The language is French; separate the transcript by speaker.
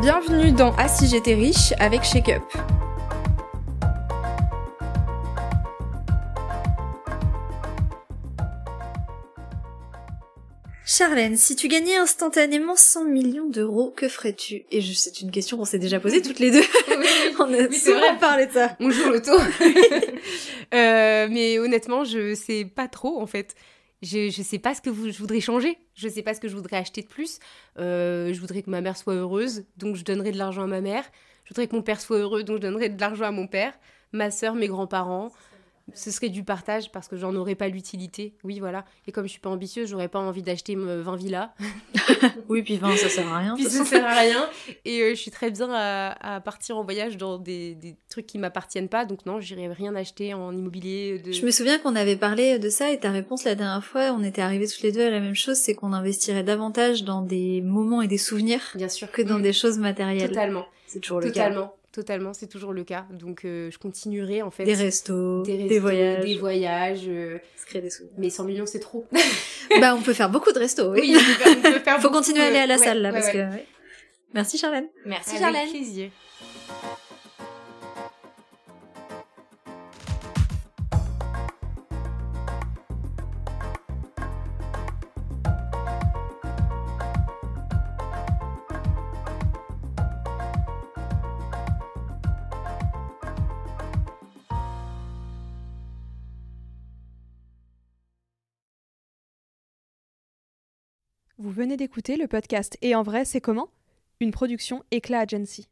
Speaker 1: Bienvenue dans Ah si j'étais riche avec Shake Up. Charlène, si tu gagnais instantanément 100 millions d'euros, que ferais-tu Et je- c'est une question qu'on s'est déjà posée toutes les deux. On a
Speaker 2: Oui, c'est
Speaker 1: souvent
Speaker 2: vrai.
Speaker 1: parlé de ça.
Speaker 2: On joue l'auto. euh, mais honnêtement, je sais pas trop en fait. Je, je sais pas ce que vous- je voudrais changer. Je sais pas ce que je voudrais acheter de plus. Euh, je voudrais que ma mère soit heureuse, donc je donnerais de l'argent à ma mère. Je voudrais que mon père soit heureux, donc je donnerais de l'argent à mon père. Ma sœur, mes grands-parents. Ce serait du partage parce que j'en aurais pas l'utilité. Oui, voilà. Et comme je suis pas ambitieuse, j'aurais pas envie d'acheter me- 20 villas.
Speaker 3: Oui, puis 20, Hein, ça sert à rien.
Speaker 2: Puis ça sert à rien. Et euh, je suis très bien à, à partir en voyage dans des, des trucs qui m'appartiennent pas. Donc non, j'irai rien acheter en immobilier. De...
Speaker 3: Je me souviens qu'on avait parlé de ça et ta réponse la dernière fois, on était arrivés tous les deux à la même chose, c'est qu'on investirait davantage dans des moments et des souvenirs
Speaker 2: Bien sûr.
Speaker 3: que dans
Speaker 2: Mm.
Speaker 3: des choses matérielles.
Speaker 2: Totalement.
Speaker 3: C'est toujours le cas.
Speaker 2: Totalement. Totalement. C'est toujours le cas. Donc euh, je continuerai en fait.
Speaker 3: Des restos, des,
Speaker 2: restos,
Speaker 3: voyages,
Speaker 2: Des voyages. euh,
Speaker 3: se créer des souvenirs.
Speaker 2: Mais 100 millions, c'est trop.
Speaker 3: bah, on peut faire beaucoup de restos, oui.
Speaker 2: on peut faire- on peut faire
Speaker 3: Faut
Speaker 2: beaucoup,
Speaker 3: continuer à aller à la
Speaker 2: euh, ouais,
Speaker 3: salle, là,
Speaker 2: ouais,
Speaker 3: parce
Speaker 2: ouais.
Speaker 3: que... ouais. Merci, Charlène.
Speaker 1: Merci
Speaker 2: Avec plaisir.
Speaker 4: Vous venez d'écouter le podcast Et en vrai, c'est comment Une production Éclat Agency.